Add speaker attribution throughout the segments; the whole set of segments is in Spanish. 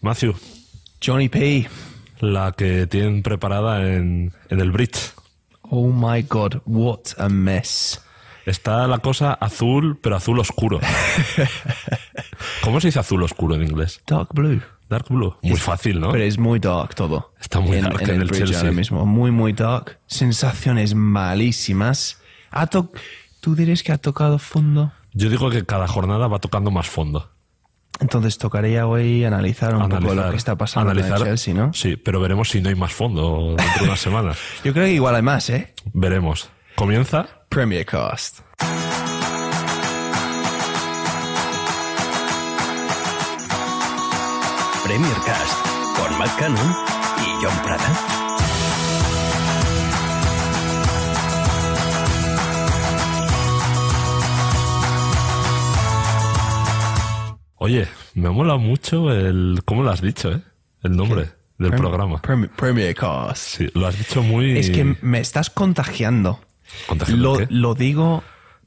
Speaker 1: Matthew,
Speaker 2: Johnny P.
Speaker 1: la que tienen preparada en, en el Brit.
Speaker 2: Oh my god, what a mess.
Speaker 1: Está la cosa azul, pero azul oscuro. ¿Cómo se dice azul oscuro en inglés?
Speaker 2: Dark blue.
Speaker 1: Dark blue. Muy fácil, ¿no?
Speaker 2: Pero es muy dark todo.
Speaker 1: Oh. Está muy
Speaker 2: en,
Speaker 1: dark en
Speaker 2: el,
Speaker 1: el
Speaker 2: Bridge
Speaker 1: Chelsea.
Speaker 2: ahora mismo. Muy, muy dark. Sensaciones malísimas. Ha to- ¿Tú dirías que ha tocado fondo?
Speaker 1: Yo digo que cada jornada va tocando más fondo.
Speaker 2: Entonces tocaría hoy analizar un poco
Speaker 1: Analizar-
Speaker 2: lo que está pasando
Speaker 1: analizar-
Speaker 2: en el Chelsea, ¿no?
Speaker 1: Sí, pero veremos si no hay más fondo dentro de unas semanas.
Speaker 2: Yo creo que igual hay más, ¿eh?
Speaker 1: Veremos. Comienza
Speaker 2: Premier Cast.
Speaker 3: Premier Cast con Matt Cannon y John Prada.
Speaker 1: Oye, me ha molado mucho el. ¿Cómo lo has dicho, eh? El nombre del
Speaker 2: Prem-
Speaker 1: programa.
Speaker 2: Prem- Premier Cast.
Speaker 1: Sí, lo has dicho muy.
Speaker 2: ¿Eh? Es que me estás contagiando.
Speaker 1: ¿Contagiando
Speaker 2: lo,
Speaker 1: qué?
Speaker 2: lo digo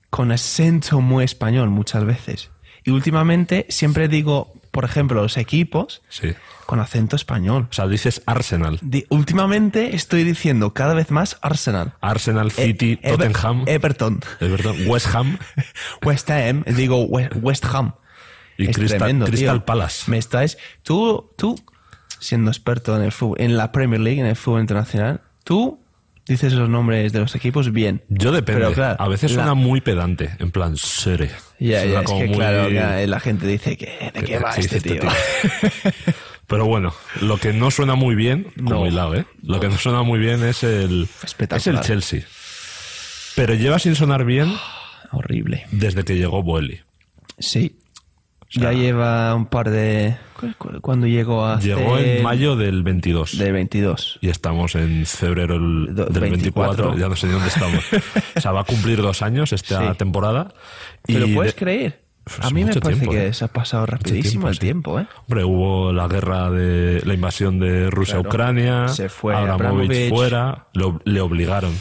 Speaker 2: con acento muy español muchas veces. Y últimamente siempre digo, por ejemplo, los equipos
Speaker 1: Sí.
Speaker 2: con acento español.
Speaker 1: O sea, dices Arsenal.
Speaker 2: Di- últimamente estoy diciendo cada vez más Arsenal.
Speaker 1: Arsenal,
Speaker 2: E-
Speaker 1: City,
Speaker 2: Ever-
Speaker 1: Tottenham.
Speaker 2: Everton.
Speaker 1: Everton, West Ham.
Speaker 2: West Ham. Digo We- West Ham.
Speaker 1: Y
Speaker 2: Es
Speaker 1: Crystal-
Speaker 2: tremendo, tío.
Speaker 1: Crystal Palace.
Speaker 2: Me estáis... Tú, tú, siendo experto en el fútbol, en la Premier League, en el fútbol internacional, tú dices los nombres de los equipos bien.
Speaker 1: Yo depende.
Speaker 2: Pero claro,
Speaker 1: a veces
Speaker 2: la-
Speaker 1: suena muy pedante. En plan, serio.
Speaker 2: Ya,
Speaker 1: Suena
Speaker 2: ya, es
Speaker 1: como
Speaker 2: que
Speaker 1: muy-
Speaker 2: claro, ya, la gente dice que de qué va
Speaker 1: Sí,
Speaker 2: este, tío.
Speaker 1: Pero bueno, lo que no suena muy bien, como
Speaker 2: No.
Speaker 1: hilado, ¿eh? Lo que no suena muy bien es el,
Speaker 2: Espectacular.
Speaker 1: es el Chelsea. Pero lleva sin sonar bien
Speaker 2: Horrible.
Speaker 1: desde que llegó Boeli.
Speaker 2: Sí. ya lleva un par de cu- cu- cuando llegó a
Speaker 1: Llegó en mayo del 22
Speaker 2: de 22.
Speaker 1: y estamos en febrero el-
Speaker 2: Do-
Speaker 1: del 24.
Speaker 2: 24.
Speaker 1: ya no sé ni dónde estamos. o sea, va a cumplir dos años esta
Speaker 2: Sí.
Speaker 1: temporada. Y
Speaker 2: ¿Te lo puedes
Speaker 1: de-
Speaker 2: creer?
Speaker 1: Pues
Speaker 2: A mí me
Speaker 1: mucho
Speaker 2: parece
Speaker 1: tiempo,
Speaker 2: que
Speaker 1: ¿eh?
Speaker 2: se ha pasado
Speaker 1: Mucho
Speaker 2: rapidísimo
Speaker 1: tiempo,
Speaker 2: el tiempo, ¿eh?
Speaker 1: Hombre, hubo la guerra de la invasión de Rusia a
Speaker 2: Claro.
Speaker 1: Ucrania.
Speaker 2: Se fue
Speaker 1: Abramovich
Speaker 2: Abramovich.
Speaker 1: fuera. lo- le obligaron.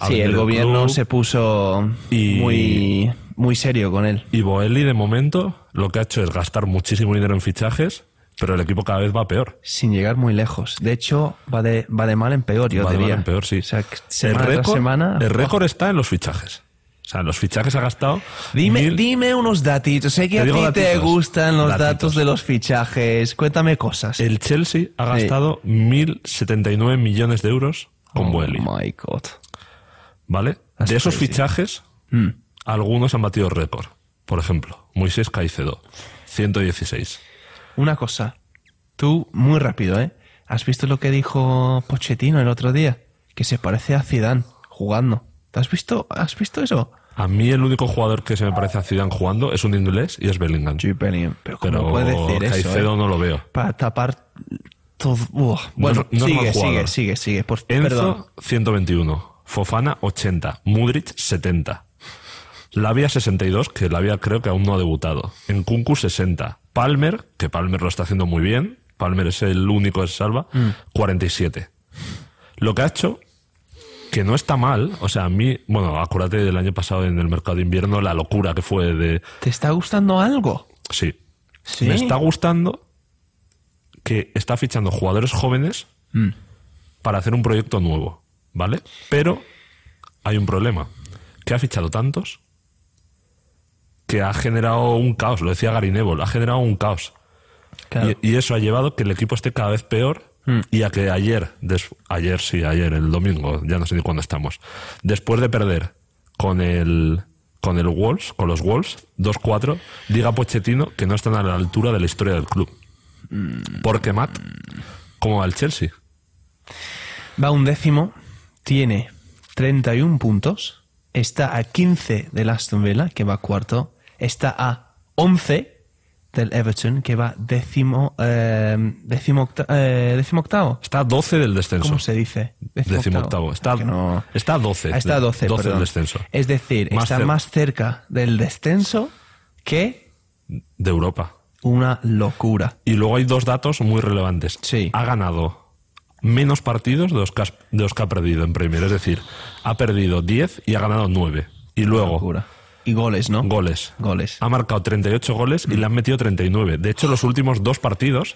Speaker 1: a
Speaker 2: Sí,
Speaker 1: vender
Speaker 2: el gobierno
Speaker 1: club.
Speaker 2: se puso
Speaker 1: Y-
Speaker 2: muy muy serio con él.
Speaker 1: Y Boeli, de momento, lo que ha hecho es gastar muchísimo dinero en fichajes, pero el equipo cada vez va peor.
Speaker 2: Sin llegar muy lejos. De hecho, va de, va de mal en peor, yo
Speaker 1: va de
Speaker 2: diría.
Speaker 1: mal en peor, sí.
Speaker 2: O sea, que
Speaker 1: el
Speaker 2: semana tras
Speaker 1: récord,
Speaker 2: semana.
Speaker 1: el récord está en los fichajes. O sea, en los fichajes ha gastado.
Speaker 2: Dime,
Speaker 1: mil-
Speaker 2: dime unos datitos. Sé que
Speaker 1: Te
Speaker 2: a ti
Speaker 1: digo
Speaker 2: te
Speaker 1: datitos.
Speaker 2: gustan los
Speaker 1: Datitos. Eh,
Speaker 2: datos de los fichajes. Cuéntame cosas.
Speaker 1: El Chelsea ha gastado 1.079 millones de euros con
Speaker 2: oh
Speaker 1: Boeli.
Speaker 2: my god.
Speaker 1: ¿Vale? De esos
Speaker 2: crazy.
Speaker 1: fichajes,
Speaker 2: Mm.
Speaker 1: algunos han batido récord. Por ejemplo, Moisés Caicedo, 116.
Speaker 2: Una cosa. Tú, muy rápido, ¿eh? ¿Has visto lo que dijo Pochettino el otro día? Que se parece a Zidane jugando. ¿Te has visto, has visto eso?
Speaker 1: A mí el único jugador que se me parece a Zidane jugando es un inglés y es Bellingham.
Speaker 2: Pero ¿cómo
Speaker 1: Pero
Speaker 2: puede decir eso?
Speaker 1: Caicedo
Speaker 2: eh?
Speaker 1: no lo veo.
Speaker 2: Para tapar todo. Buah. Bueno,
Speaker 1: no es mal
Speaker 2: sigue, sigue,
Speaker 1: jugador.
Speaker 2: sigue, sigue. Por,
Speaker 1: Enzo,
Speaker 2: Perdón.
Speaker 1: 121. Fofana, 80. Mudrich, 70. Lavia, 62, que Lavia creo que aún no ha debutado. Nkunku, 60. Palmer, que Palmer lo está haciendo muy bien. Palmer es el único que se salva.
Speaker 2: Mm.
Speaker 1: 47. Lo que ha hecho, que no está mal. O sea, a mí, bueno, acuérdate del año pasado en el mercado de invierno, la locura que fue de...
Speaker 2: ¿Te está gustando algo?
Speaker 1: Sí.
Speaker 2: Sí.
Speaker 1: Me está gustando que está fichando jugadores jóvenes
Speaker 2: Mm.
Speaker 1: para hacer un proyecto nuevo, ¿vale? Pero hay un problema, que ha fichado tantos que ha generado un caos, lo decía Gary Neville, ha generado un caos.
Speaker 2: Claro.
Speaker 1: Y, y eso ha llevado que el equipo esté cada vez peor y a que ayer, des- ayer sí, ayer, el domingo, ya no sé ni cuándo estamos, después de perder con el con el Wolves, con los Wolves, 2-4, diga Pochettino que no están a la altura de la historia del club. Porque Matt, ¿cómo va el Chelsea?
Speaker 2: Va un décimo, tiene 31 puntos, está a 15 del Aston Villa, que va cuarto, está a 11 del Everton, que va décimo, eh, décimo, octa- eh, décimo octavo.
Speaker 1: Está a 12 del descenso.
Speaker 2: ¿Cómo se dice?
Speaker 1: Decimoctavo. Está,
Speaker 2: Que no-
Speaker 1: está a 12.
Speaker 2: Ah, está a
Speaker 1: 12
Speaker 2: 12,
Speaker 1: del
Speaker 2: perdón.
Speaker 1: descenso.
Speaker 2: Es decir,
Speaker 1: Más
Speaker 2: está
Speaker 1: cer-
Speaker 2: más cerca del descenso que
Speaker 1: De Europa.
Speaker 2: una locura.
Speaker 1: Y luego hay dos datos muy relevantes.
Speaker 2: Sí.
Speaker 1: Ha ganado menos partidos de los que, has- de los que ha perdido en Premier. Es decir, ha perdido 10 y ha ganado 9. Y luego,
Speaker 2: Locura. Y goles, ¿no?
Speaker 1: goles.
Speaker 2: Goles.
Speaker 1: Ha marcado 38 goles y le han metido 39. De hecho, los últimos dos partidos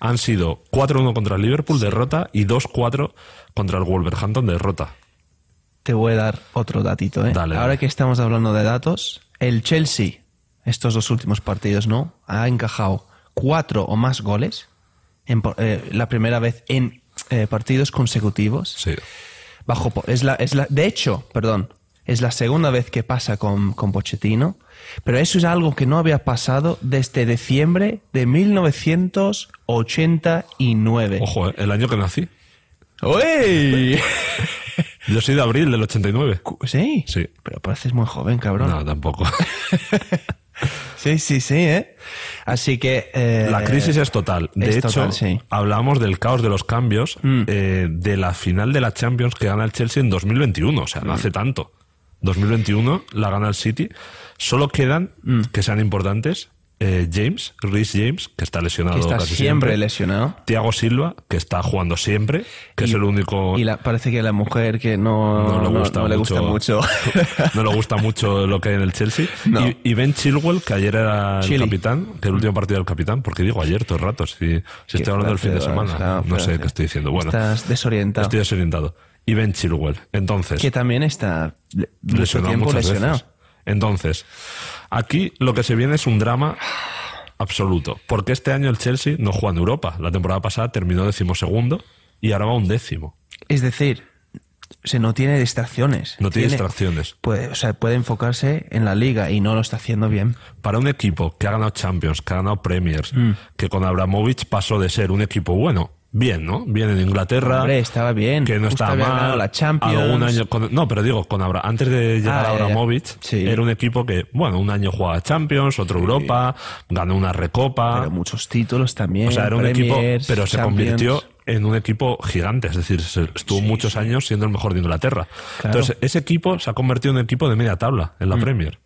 Speaker 1: han sido 4-1 contra el Liverpool, derrota, y 2-4 contra el Wolverhampton, derrota.
Speaker 2: Te voy a dar otro datito, ¿eh?
Speaker 1: Dale,
Speaker 2: Ahora
Speaker 1: dale.
Speaker 2: que estamos hablando de datos, el Chelsea, estos dos últimos partidos, ¿no? Ha encajado cuatro o más goles en por- eh, la primera vez en eh, partidos consecutivos.
Speaker 1: Sí.
Speaker 2: Bajo, po- es la, es la, de hecho, perdón, es la segunda vez que pasa con, con Pochettino, pero eso es algo que no había pasado desde diciembre de 1989.
Speaker 1: Ojo, ¿eh? el año que nací.
Speaker 2: ¡Uy!
Speaker 1: Yo soy de abril del 89.
Speaker 2: ¿Sí?
Speaker 1: Sí.
Speaker 2: Pero pareces muy joven, cabrón.
Speaker 1: No, tampoco.
Speaker 2: Sí, sí, sí, ¿eh? Así que... eh,
Speaker 1: La crisis es total. De
Speaker 2: es
Speaker 1: hecho,
Speaker 2: total, sí. Mm.
Speaker 1: hablamos del caos de los cambios eh, de la final de la Champions que gana el Chelsea en 2021. O sea,
Speaker 2: Mm.
Speaker 1: no hace tanto. 2021 la gana el City. Solo quedan,
Speaker 2: Mm.
Speaker 1: que sean importantes, eh, James, Rhys James, que está lesionado
Speaker 2: Que está
Speaker 1: casi
Speaker 2: siempre,
Speaker 1: siempre.
Speaker 2: lesionado.
Speaker 1: Thiago Silva, que está jugando siempre, que es el único...
Speaker 2: Y la- parece que la mujer que no,
Speaker 1: no le
Speaker 2: no-
Speaker 1: gusta,
Speaker 2: no le gusta mucho.
Speaker 1: no le gusta mucho lo que hay en el Chelsea.
Speaker 2: No.
Speaker 1: Y, y Ben Chilwell, que ayer era el
Speaker 2: Chili.
Speaker 1: capitán, que el último partido del capitán, porque digo ayer todo el rato, si, si estoy hablando del fin de semana, no sé qué estoy diciendo. Bueno,
Speaker 2: Estás desorientado.
Speaker 1: estoy desorientado. Y Ben Chilwell, entonces,
Speaker 2: Que también está le- mucho
Speaker 1: lesionado
Speaker 2: tiempo
Speaker 1: muchas
Speaker 2: lesionado.
Speaker 1: veces. Entonces, aquí lo que se viene es un drama absoluto, porque este año el Chelsea no juega en Europa. La temporada pasada terminó decimosegundo y ahora va un décimo.
Speaker 2: Es decir, se no tiene distracciones.
Speaker 1: No tiene distracciones.
Speaker 2: Puede, o sea, puede enfocarse en la liga y no lo está haciendo bien.
Speaker 1: para un equipo que ha ganado Champions, que ha ganado Premiers, que con Abramovich pasó de ser un equipo bueno, bien, ¿no? Bien en Inglaterra.
Speaker 2: Hombre, estaba bien.
Speaker 1: Que no
Speaker 2: Justo
Speaker 1: estaba
Speaker 2: había
Speaker 1: mal.
Speaker 2: ganado la Champions.
Speaker 1: Algún año con- no, pero digo, con Abra- antes de llegar
Speaker 2: Ah,
Speaker 1: a
Speaker 2: ya, ya.
Speaker 1: Abramovich,
Speaker 2: Sí.
Speaker 1: era un equipo que, bueno, un año jugaba Champions, otro Europa, ganó una recopa.
Speaker 2: Pero muchos títulos también.
Speaker 1: o sea, era un equipo,
Speaker 2: Premiers,
Speaker 1: pero se
Speaker 2: Champions.
Speaker 1: convirtió en un equipo gigante, es decir, se- estuvo muchos años siendo el mejor de Inglaterra.
Speaker 2: Claro. Mm.
Speaker 1: Entonces, ese equipo se ha convertido en un equipo de media tabla en la Premier.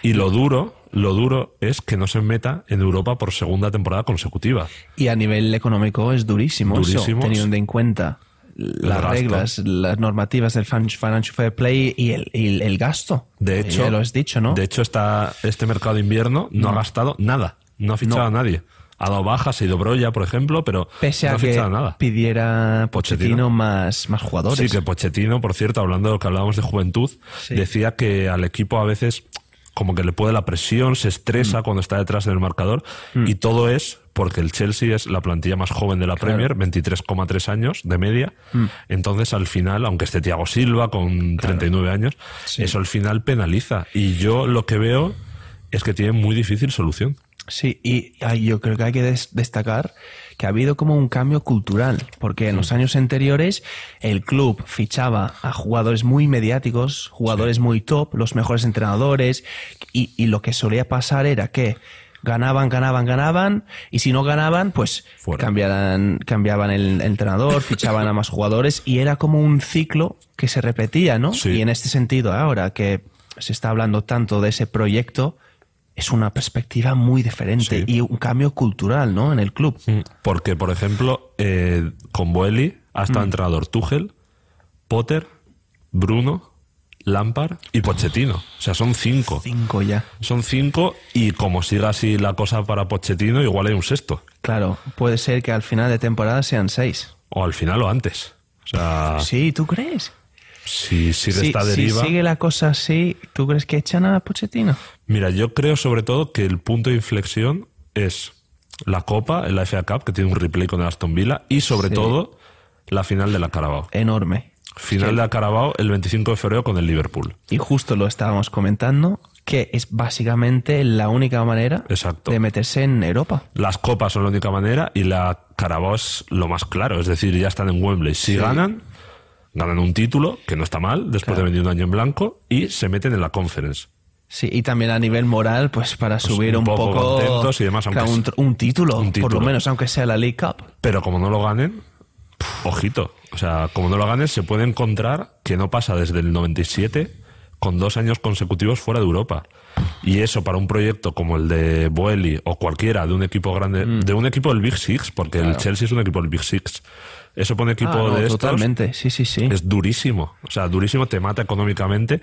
Speaker 1: Y lo duro, lo duro es que no se meta en Europa por segunda temporada consecutiva.
Speaker 2: Y a nivel económico es durísimo,
Speaker 1: Durísimo.
Speaker 2: eso, teniendo en cuenta las
Speaker 1: gasto.
Speaker 2: reglas, las normativas del fin- Financial Fair Play y el, y el gasto.
Speaker 1: De hecho,
Speaker 2: Ya lo has dicho, ¿no? Mm.
Speaker 1: De hecho, está este mercado de invierno no ha gastado nada, no ha fichado a nadie. Ha dado bajas, ha ido Broya, por ejemplo, pero
Speaker 2: Pese a
Speaker 1: no ha
Speaker 2: que
Speaker 1: fichado nada.
Speaker 2: pidiera Pochettino
Speaker 1: Pochettino.
Speaker 2: más, más jugadores.
Speaker 1: Sí, que Pochettino, por cierto, hablando de lo que hablábamos de juventud, decía que al equipo a veces como que le puede la presión, se estresa cuando está detrás del marcador y todo es porque el Chelsea es la plantilla más joven de la Premier, 23,3 años de media. Entonces, al final, aunque esté Thiago Silva con 39 años, eso al final penaliza y yo lo que veo es que tiene muy difícil solución.
Speaker 2: Sí, y ay, yo creo que hay que des- destacar que ha habido como un cambio cultural, porque en los años anteriores el club fichaba a jugadores muy mediáticos, jugadores muy top, los mejores entrenadores, y, y lo que solía pasar era que ganaban, ganaban, ganaban, y si no ganaban, pues
Speaker 1: Fuera.
Speaker 2: cambiaran- cambiaban el entrenador, fichaban a más jugadores, y era como un ciclo que se repetía, ¿no?
Speaker 1: Sí.
Speaker 2: Y en este sentido, ahora que se está hablando tanto de ese proyecto, es una perspectiva muy diferente
Speaker 1: Sí.
Speaker 2: y un cambio cultural, ¿no? En el club.
Speaker 1: Mm. Porque, por ejemplo, eh, con Boeli ha estado
Speaker 2: Mm.
Speaker 1: entrenador Tuchel, Potter, Bruno, Lampard y Pochettino. O sea, son cinco.
Speaker 2: Cinco ya.
Speaker 1: Son cinco y como siga así la cosa para Pochettino, igual hay un sexto.
Speaker 2: Claro, puede ser que al final de temporada sean seis.
Speaker 1: O al final o antes. O sea,
Speaker 2: Sí, ¿tú crees?
Speaker 1: Ah. si sigue
Speaker 2: Si-
Speaker 1: esta
Speaker 2: si
Speaker 1: deriva...
Speaker 2: sigue la cosa así, ¿tú crees que echan a Pochettino?
Speaker 1: Mira, yo creo sobre todo que el punto de inflexión es la Copa, la FA Cup, que tiene un replay con el Aston Villa, y sobre
Speaker 2: Sí.
Speaker 1: todo la final de la Carabao.
Speaker 2: Enorme.
Speaker 1: Final de la Carabao el 25 de febrero con el Liverpool.
Speaker 2: Y justo lo estábamos comentando, que es básicamente la única manera
Speaker 1: Exacto.
Speaker 2: de meterse en Europa.
Speaker 1: Las copas son la única manera y la Carabao es lo más claro. Es decir, ya están en Wembley. Si ganan, ganan un título, que no está mal, después de 21 años en blanco, y se meten en la conference.
Speaker 2: Sí, y también a nivel moral, pues para subir un,
Speaker 1: un
Speaker 2: poco,
Speaker 1: poco contentos y demás, aunque
Speaker 2: claro, un,
Speaker 1: sea-
Speaker 2: tr- un título,
Speaker 1: un
Speaker 2: por lo
Speaker 1: título.
Speaker 2: menos, aunque sea la League Cup.
Speaker 1: Pero como no lo ganen, ojito. O sea, como no lo ganen, se puede encontrar que no pasa desde el 97 con dos años consecutivos fuera de Europa. Y eso para un proyecto como el de Boeli o cualquiera de un equipo grande,
Speaker 2: Mm.
Speaker 1: de un equipo del Big Six, porque el Chelsea es un equipo del Big Six. Eso pone equipo
Speaker 2: Ah, no,
Speaker 1: de estos,
Speaker 2: totalmente, sí, sí, sí.
Speaker 1: Es durísimo, o sea, durísimo, te mata económicamente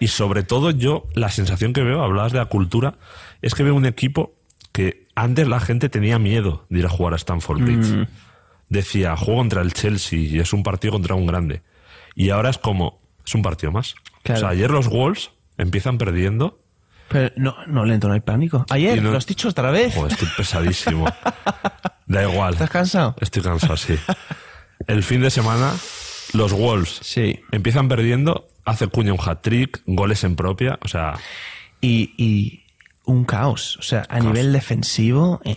Speaker 1: y sobre todo yo la sensación que veo, hablabas de la cultura, es que veo un equipo que Antes la gente tenía miedo de ir a jugar a Stanford Bridge.
Speaker 2: Mm.
Speaker 1: Decía, juego contra el Chelsea y es un partido contra un grande. Y ahora es como, es un partido más.
Speaker 2: Claro.
Speaker 1: O sea, ayer los Wolves empiezan perdiendo.
Speaker 2: Pero no, no, lento, no hay pánico. Ayer,
Speaker 1: Y no-
Speaker 2: lo has dicho otra vez.
Speaker 1: Joder, estoy pesadísimo. da igual.
Speaker 2: ¿Estás cansado?
Speaker 1: Estoy cansado, sí. El fin de semana, los Wolves
Speaker 2: Sí.
Speaker 1: empiezan perdiendo, hace Cuña un hat-trick, goles en propia, o sea,
Speaker 2: Y, y un caos. O sea, a nivel defensivo. eh,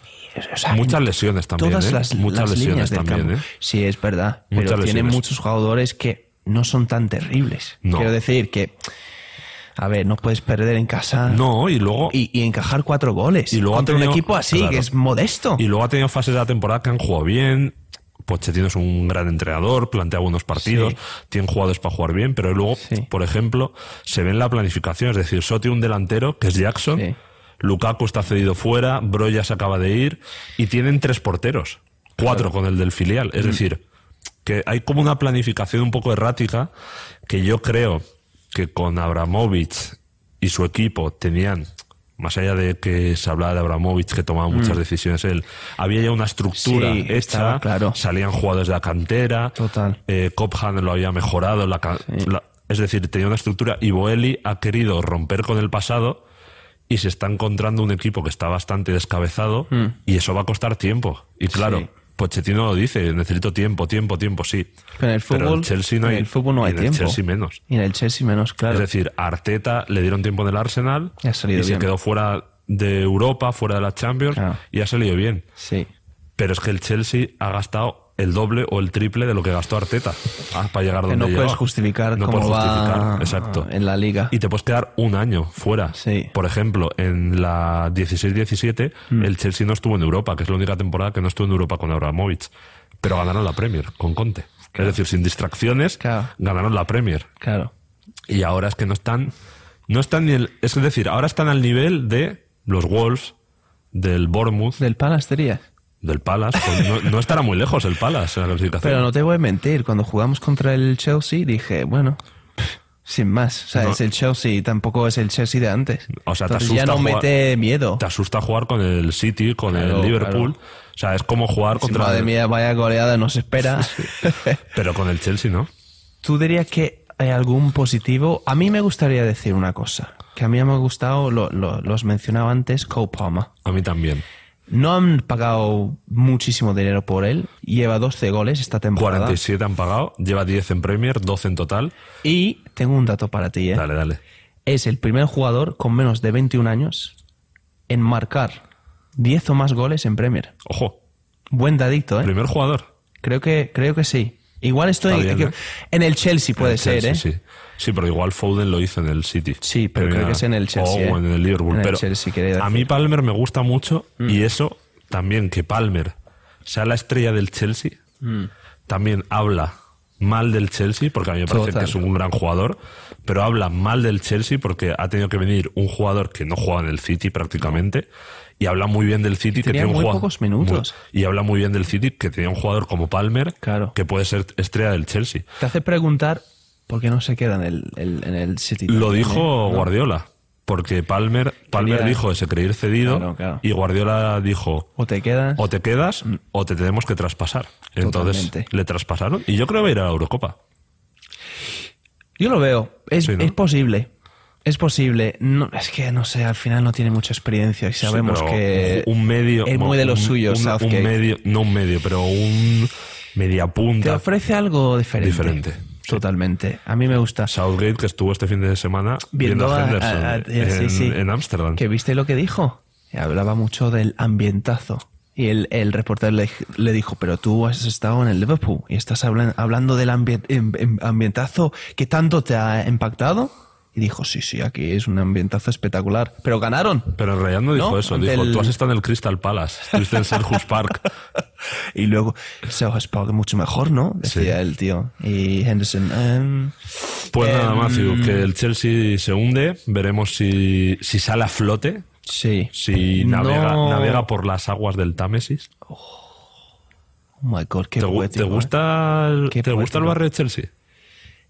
Speaker 2: o sea,
Speaker 1: muchas
Speaker 2: en
Speaker 1: lesiones también,
Speaker 2: Todas
Speaker 1: ¿eh?
Speaker 2: las,
Speaker 1: muchas
Speaker 2: las líneas
Speaker 1: lesiones
Speaker 2: del
Speaker 1: también,
Speaker 2: campo.
Speaker 1: ¿eh?
Speaker 2: Sí, es verdad.
Speaker 1: Muchas
Speaker 2: pero tiene
Speaker 1: lesiones.
Speaker 2: muchos jugadores que no son tan terribles.
Speaker 1: No.
Speaker 2: Quiero decir que. A ver, no puedes perder en casa.
Speaker 1: ¿eh? No, y luego
Speaker 2: Y, y encajar cuatro goles.
Speaker 1: Y luego ha
Speaker 2: contra un
Speaker 1: tenido-
Speaker 2: equipo así,
Speaker 1: claro.
Speaker 2: que es modesto.
Speaker 1: Y luego ha tenido fases de la temporada que han jugado bien. Pochettino es un gran entrenador, plantea buenos partidos,
Speaker 2: Sí.
Speaker 1: tiene jugadores para jugar bien, pero luego,
Speaker 2: Sí.
Speaker 1: por ejemplo, se ve en la planificación, es decir, Soti un delantero, que es Jackson,
Speaker 2: Sí.
Speaker 1: Lukaku está cedido fuera, Broya se acaba de ir, y tienen tres porteros, cuatro con el del filial, es
Speaker 2: Mm.
Speaker 1: decir, que hay como una planificación un poco errática que yo creo que con Abramovich y su equipo tenían, más allá de que se hablaba de Abramovich que tomaba muchas decisiones él, había ya una estructura
Speaker 2: Mm. Sí,
Speaker 1: hecha,
Speaker 2: estaba claro.
Speaker 1: salían jugadores de la cantera,
Speaker 2: Total.
Speaker 1: eh, Cobham lo había mejorado, la ca- la- es decir, tenía una estructura y Boeli ha querido romper con el pasado y se está encontrando un equipo que está bastante descabezado y eso va a costar tiempo. Y claro,
Speaker 2: Hmm. Sí.
Speaker 1: Pochettino lo dice, necesito tiempo, tiempo, tiempo, sí.
Speaker 2: Pero en el
Speaker 1: Pero
Speaker 2: fútbol,
Speaker 1: Chelsea no
Speaker 2: en
Speaker 1: hay,
Speaker 2: el fútbol no
Speaker 1: y
Speaker 2: hay
Speaker 1: en el
Speaker 2: tiempo.
Speaker 1: Chelsea menos.
Speaker 2: Y en el Chelsea menos, claro.
Speaker 1: Es decir, a Arteta le dieron tiempo en el Arsenal
Speaker 2: Y ha salido
Speaker 1: se
Speaker 2: bien.
Speaker 1: quedó fuera de Europa, fuera de la Champions
Speaker 2: Claro.
Speaker 1: y ha salido bien.
Speaker 2: sí.
Speaker 1: Pero es que el Chelsea ha gastado el doble o el triple de lo que gastó Arteta ah, para llegar
Speaker 2: Que
Speaker 1: donde
Speaker 2: no
Speaker 1: llegó.
Speaker 2: puedes justificar
Speaker 1: No
Speaker 2: cómo
Speaker 1: puedes
Speaker 2: va
Speaker 1: justificar, exacto.
Speaker 2: en la liga.
Speaker 1: Y te puedes quedar un año fuera.
Speaker 2: Sí. Mm.
Speaker 1: Por ejemplo, en la 16-17, el Chelsea no estuvo en Europa, que es la única temporada que no estuvo en Europa con Abramovich. Pero ganaron la Premier con Conte. Es decir, sin distracciones,
Speaker 2: Claro.
Speaker 1: ganaron la Premier.
Speaker 2: Claro.
Speaker 1: Y ahora es que no están. No están ni el- Es decir, ahora están al nivel de los Wolves, del Bournemouth,
Speaker 2: Del palastería.
Speaker 1: del Palace. Pues no, no estará muy lejos el Palace en la clasificación.
Speaker 2: Pero no te voy a mentir, cuando jugamos contra el Chelsea dije, bueno, pff, sin más. O sea,
Speaker 1: No.
Speaker 2: es el Chelsea, y tampoco es el Chelsea de antes.
Speaker 1: O sea, te
Speaker 2: Entonces
Speaker 1: asusta
Speaker 2: ya no
Speaker 1: jugar-
Speaker 2: mete miedo.
Speaker 1: Te asusta jugar con el City, con
Speaker 2: Claro,
Speaker 1: el Liverpool.
Speaker 2: claro.
Speaker 1: O sea, es como jugar
Speaker 2: Si,
Speaker 1: contra.
Speaker 2: madre
Speaker 1: el-
Speaker 2: mía, vaya goleada nos espera.
Speaker 1: Pero con el Chelsea, ¿no?
Speaker 2: ¿Tú dirías que hay algún positivo? A mí me gustaría decir una cosa, que a mí me ha gustado, lo- lo- los mencionaba antes, Cole Palmer.
Speaker 1: A mí también.
Speaker 2: No han pagado muchísimo dinero por él. Lleva 12 goles esta temporada.
Speaker 1: 47 han pagado, lleva 10 en Premier, 12 en total.
Speaker 2: Y tengo un dato para ti. ¿eh?
Speaker 1: Dale, dale.
Speaker 2: Es el primer jugador con menos de 21 años en marcar 10 o más goles en Premier.
Speaker 1: Ojo,
Speaker 2: Buen dadito, ¿eh?
Speaker 1: primer jugador.
Speaker 2: Creo que, creo que sí. Igual estoy
Speaker 1: Está bien, ¿eh?
Speaker 2: en el Chelsea, puede
Speaker 1: El
Speaker 2: ser,
Speaker 1: Chelsea,
Speaker 2: ¿eh?
Speaker 1: Sí. sí, pero igual Foden lo hizo en el City.
Speaker 2: Sí, pero creo que es en el Chelsea,
Speaker 1: O
Speaker 2: ¿eh?
Speaker 1: en el Liverpool.
Speaker 2: En el
Speaker 1: pero
Speaker 2: Chelsea, quería decir.
Speaker 1: a mí Palmer me gusta mucho
Speaker 2: Mm.
Speaker 1: y eso también, que Palmer sea la estrella del Chelsea,
Speaker 2: Mm.
Speaker 1: también habla mal del Chelsea, porque a mí me parece
Speaker 2: Total.
Speaker 1: que es un gran jugador, pero habla mal del Chelsea porque ha tenido que venir un jugador que no juega en el City prácticamente. Y habla muy bien del City que
Speaker 2: Tenía
Speaker 1: tiene un
Speaker 2: muy
Speaker 1: jugador-
Speaker 2: pocos minutos.
Speaker 1: muy- y habla muy bien del City que tenía un jugador como Palmer
Speaker 2: Claro.
Speaker 1: que puede ser estrella del Chelsea.
Speaker 2: Te hace preguntar por qué no se queda en el, el- en el City.
Speaker 1: Lo
Speaker 2: también, ¿eh?
Speaker 1: dijo Guardiola, porque Palmer, Palmer
Speaker 2: Quería-
Speaker 1: dijo ese creer cedido
Speaker 2: Claro, claro.
Speaker 1: y Guardiola dijo
Speaker 2: O te quedas.
Speaker 1: o te quedas o te tenemos que traspasar. Entonces
Speaker 2: Totalmente.
Speaker 1: le traspasaron y yo creo que va a ir a la Eurocopa.
Speaker 2: Yo lo veo. Es,
Speaker 1: Sí, ¿no?
Speaker 2: es posible. Es posible. No, es que no sé, al final no tiene mucha experiencia y sabemos
Speaker 1: Sí, pero
Speaker 2: que.
Speaker 1: un un medio
Speaker 2: Es muy de los
Speaker 1: un-
Speaker 2: suyos,
Speaker 1: un- un,
Speaker 2: Southgate.
Speaker 1: medio, no un medio, pero un media
Speaker 2: Te
Speaker 1: punta.
Speaker 2: ofrece algo diferente.
Speaker 1: Diferente,
Speaker 2: Totalmente. A mí me gusta.
Speaker 1: Southgate que estuvo este fin de semana viendo, a, Henderson
Speaker 2: a- a- sí,
Speaker 1: en-
Speaker 2: sí.
Speaker 1: en Ámsterdam.
Speaker 2: ¿Que viste lo que dijo? Hablaba mucho del ambientazo. Y el, el reportero le, le dijo, pero tú has estado en el Liverpool y estás hablan- hablando del ambien- em- em- ambientazo que tanto te ha impactado. Y dijo, sí, sí, aquí es un ambientazo espectacular. Pero ganaron.
Speaker 1: Pero en realidad no dijo
Speaker 2: No,
Speaker 1: eso,
Speaker 2: ante
Speaker 1: dijo,
Speaker 2: el-
Speaker 1: tú has estado en el Crystal Palace, estuviste en Selhurst Park.
Speaker 2: Y luego, South Park mucho mejor, ¿no? Decía el tío. Y Henderson, em,
Speaker 1: Pues nada, Matthew, que el Chelsea se hunde. Veremos si, si sale a flote,
Speaker 2: sí.
Speaker 1: si navega,
Speaker 2: No.
Speaker 1: navega por las aguas del Támesis.
Speaker 2: Oh my god, qué
Speaker 1: ¿Te, gu-
Speaker 2: poético, ¿eh?
Speaker 1: te gusta, el-
Speaker 2: Qué
Speaker 1: ¿Te gusta el
Speaker 2: poético.
Speaker 1: barrio de Chelsea?
Speaker 2: ¿eh?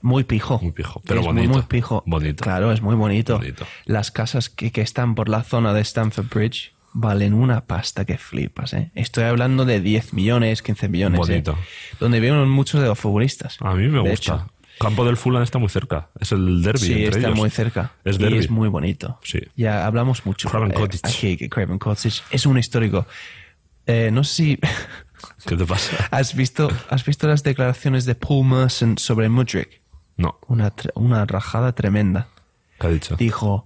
Speaker 2: Muy pijo.
Speaker 1: Muy pijo, pero
Speaker 2: Es muy,
Speaker 1: bonito.
Speaker 2: Muy, pijo.
Speaker 1: Bonito.
Speaker 2: Claro, es muy bonito.
Speaker 1: Bonito.
Speaker 2: Las casas que, que están por la zona de Stamford Bridge valen una pasta que flipas, ¿eh? Estoy hablando de 10 millones, 15 millones. ¿eh?
Speaker 1: Bonito.
Speaker 2: Donde viven muchos de los futbolistas.
Speaker 1: A mí me
Speaker 2: De
Speaker 1: gusta.
Speaker 2: hecho,
Speaker 1: Campo del Fulham está muy cerca. Es el derby.
Speaker 2: sí, está muy cerca.
Speaker 1: Es
Speaker 2: y
Speaker 1: derbi.
Speaker 2: es muy bonito.
Speaker 1: Sí.
Speaker 2: Ya hablamos mucho.
Speaker 1: Craven
Speaker 2: eh,
Speaker 1: Cottage.
Speaker 2: aquí, que Craven Cottage es un histórico. Eh, no sé si
Speaker 1: ¿Qué te pasa?
Speaker 2: has visto, has visto las declaraciones de Paul Merson sobre Mudrick.
Speaker 1: No,
Speaker 2: Una, tre- una rajada tremenda.
Speaker 1: ¿qué ha dicho?
Speaker 2: Dijo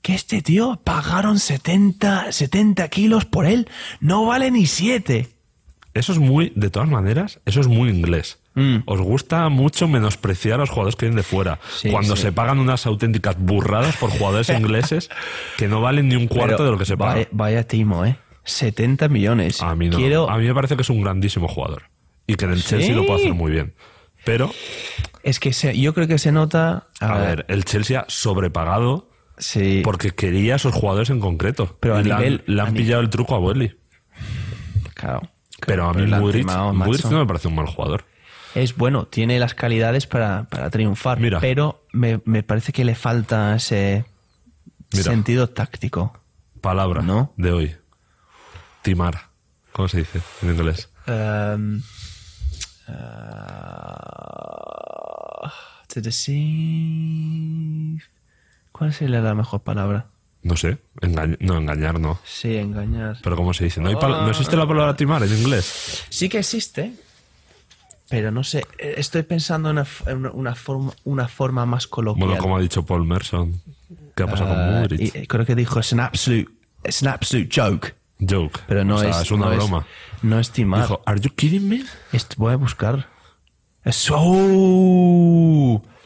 Speaker 2: que este tío pagaron 70, 70 kilos por él. No vale ni 7.
Speaker 1: Eso es muy, de todas maneras, eso es muy inglés.
Speaker 2: Mm.
Speaker 1: Os gusta mucho menospreciar a los jugadores que vienen de fuera.
Speaker 2: Sí,
Speaker 1: cuando
Speaker 2: sí.
Speaker 1: se pagan unas auténticas burradas por jugadores ingleses que no valen ni un cuarto
Speaker 2: Pero
Speaker 1: de lo que se paga.
Speaker 2: Vaya, vaya timo, ¿eh? 70 millones.
Speaker 1: A mí no.
Speaker 2: Quiero,
Speaker 1: A mí me parece que es un grandísimo jugador. Y que en el Chelsea lo puede hacer muy bien. Pero,
Speaker 2: es que se- yo creo que se nota...
Speaker 1: a ver, el Chelsea ha sobrepagado
Speaker 2: Sí.
Speaker 1: porque quería a esos jugadores en concreto.
Speaker 2: Pero a
Speaker 1: Y le han-
Speaker 2: nivel-
Speaker 1: le han,
Speaker 2: a nivel-
Speaker 1: pillado el truco a Welly.
Speaker 2: Claro.
Speaker 1: Pero a mí
Speaker 2: la han
Speaker 1: Mudric,
Speaker 2: timado,
Speaker 1: Mudric
Speaker 2: macho.
Speaker 1: no me parece un mal jugador.
Speaker 2: Es bueno, tiene las calidades para, para triunfar,
Speaker 1: Mira.
Speaker 2: pero me, me parece que le falta ese
Speaker 1: Mira.
Speaker 2: sentido táctico.
Speaker 1: Palabra
Speaker 2: ¿No?
Speaker 1: de hoy. Timar. ¿Cómo se dice en inglés?
Speaker 2: Um, uh, to deceive. ¿Cuál sería la mejor palabra?
Speaker 1: No sé. engañ- no, engañar no.
Speaker 2: Sí, engañar.
Speaker 1: Pero ¿cómo se dice? ¿No, hay pal- ¿No existe la palabra timar en inglés?
Speaker 2: Sí que existe, pero no sé. eh, Estoy pensando en una, f- en una- una forma, una forma más coloquial.
Speaker 1: Bueno, como ha dicho Paul Merson. ¿Qué ha pasado con
Speaker 2: Ah,
Speaker 1: Mudric?
Speaker 2: y- eh, creo que dijo es an absolute, es an absolute joke.
Speaker 1: Joke.
Speaker 2: Pero no
Speaker 1: O sea,
Speaker 2: es,
Speaker 1: una
Speaker 2: no
Speaker 1: broma.
Speaker 2: no es timar.
Speaker 1: Dijo, ¿Are you kidding me?
Speaker 2: Esto voy a buscar. Es so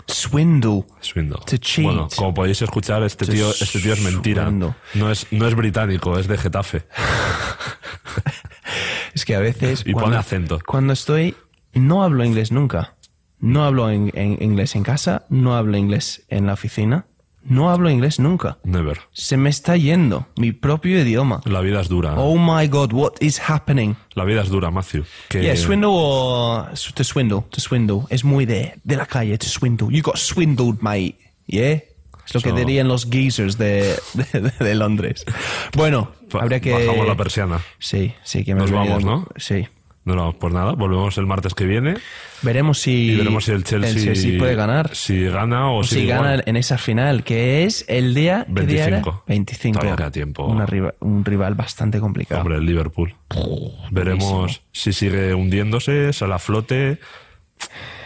Speaker 2: swindle.
Speaker 1: Swindle.
Speaker 2: To cheat.
Speaker 1: Bueno, como podéis escuchar, este
Speaker 2: To
Speaker 1: tío, este tío es mentira.
Speaker 2: swindle.
Speaker 1: No es, no es británico, es de Getafe.
Speaker 2: Es que a veces.
Speaker 1: Y pone acento.
Speaker 2: Cuando estoy. No hablo inglés nunca. No hablo en- en inglés en casa. No hablo inglés en la oficina. No hablo inglés nunca.
Speaker 1: Never.
Speaker 2: Se me está yendo mi propio idioma.
Speaker 1: La vida es dura.
Speaker 2: Oh my god, what is happening?
Speaker 1: La vida es dura, Matthew. Que
Speaker 2: Yeah, swindle or to swindle, to swindle. Es muy de, de la calle, to swindle. You got swindled, mate. Yeah. Es lo que
Speaker 1: So-
Speaker 2: dirían los geezers de, de, de- de Londres. Bueno,
Speaker 1: Ba-
Speaker 2: habría que.
Speaker 1: bajamos la persiana.
Speaker 2: Sí, sí, que me
Speaker 1: Nos
Speaker 2: he venido-
Speaker 1: vamos, ¿no?
Speaker 2: Sí.
Speaker 1: No, no, pues nada, volvemos el martes que viene
Speaker 2: Veremos si.
Speaker 1: y, veremos si el Chelsea,
Speaker 2: puede ganar.
Speaker 1: Si gana o
Speaker 2: O
Speaker 1: si,
Speaker 2: si gana en esa final, que es el día. ¿qué día era?
Speaker 1: 25.
Speaker 2: 25.
Speaker 1: Todavía queda tiempo.
Speaker 2: Una riva- un rival bastante complicado.
Speaker 1: Hombre, el Liverpool. Veremos si sigue hundiéndose, sale a flote.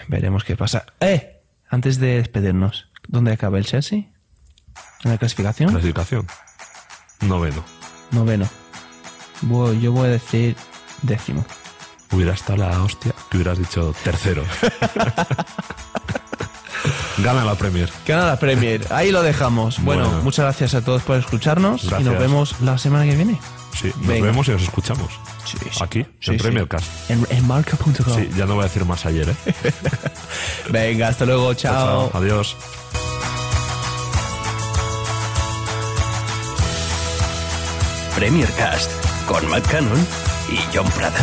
Speaker 2: Veremos qué pasa. ¡Eh! Antes de despedirnos, ¿dónde acaba el Chelsea? ¿En la clasificación?
Speaker 1: Clasificación. Noveno.
Speaker 2: Noveno. Voy- yo voy a decir décimo.
Speaker 1: Hubiera estado la hostia que hubieras dicho tercero. Gana la Premier.
Speaker 2: Gana la Premier. Ahí lo dejamos. Bueno,
Speaker 1: Bueno.
Speaker 2: muchas gracias a todos por escucharnos y nos
Speaker 1: Gracias.
Speaker 2: vemos la semana que viene.
Speaker 1: Sí, nos
Speaker 2: Venga.
Speaker 1: vemos y nos escuchamos.
Speaker 2: Sí,
Speaker 1: Aquí,
Speaker 2: Sí,
Speaker 1: en
Speaker 2: sí.
Speaker 1: Premier Cast.
Speaker 2: En, en marca.com.
Speaker 1: Sí, ya no voy a decir más ayer, ¿eh?
Speaker 2: Venga, hasta luego. chao.
Speaker 1: Adiós.
Speaker 3: Premier Cast con Matt Cannon y John Prada.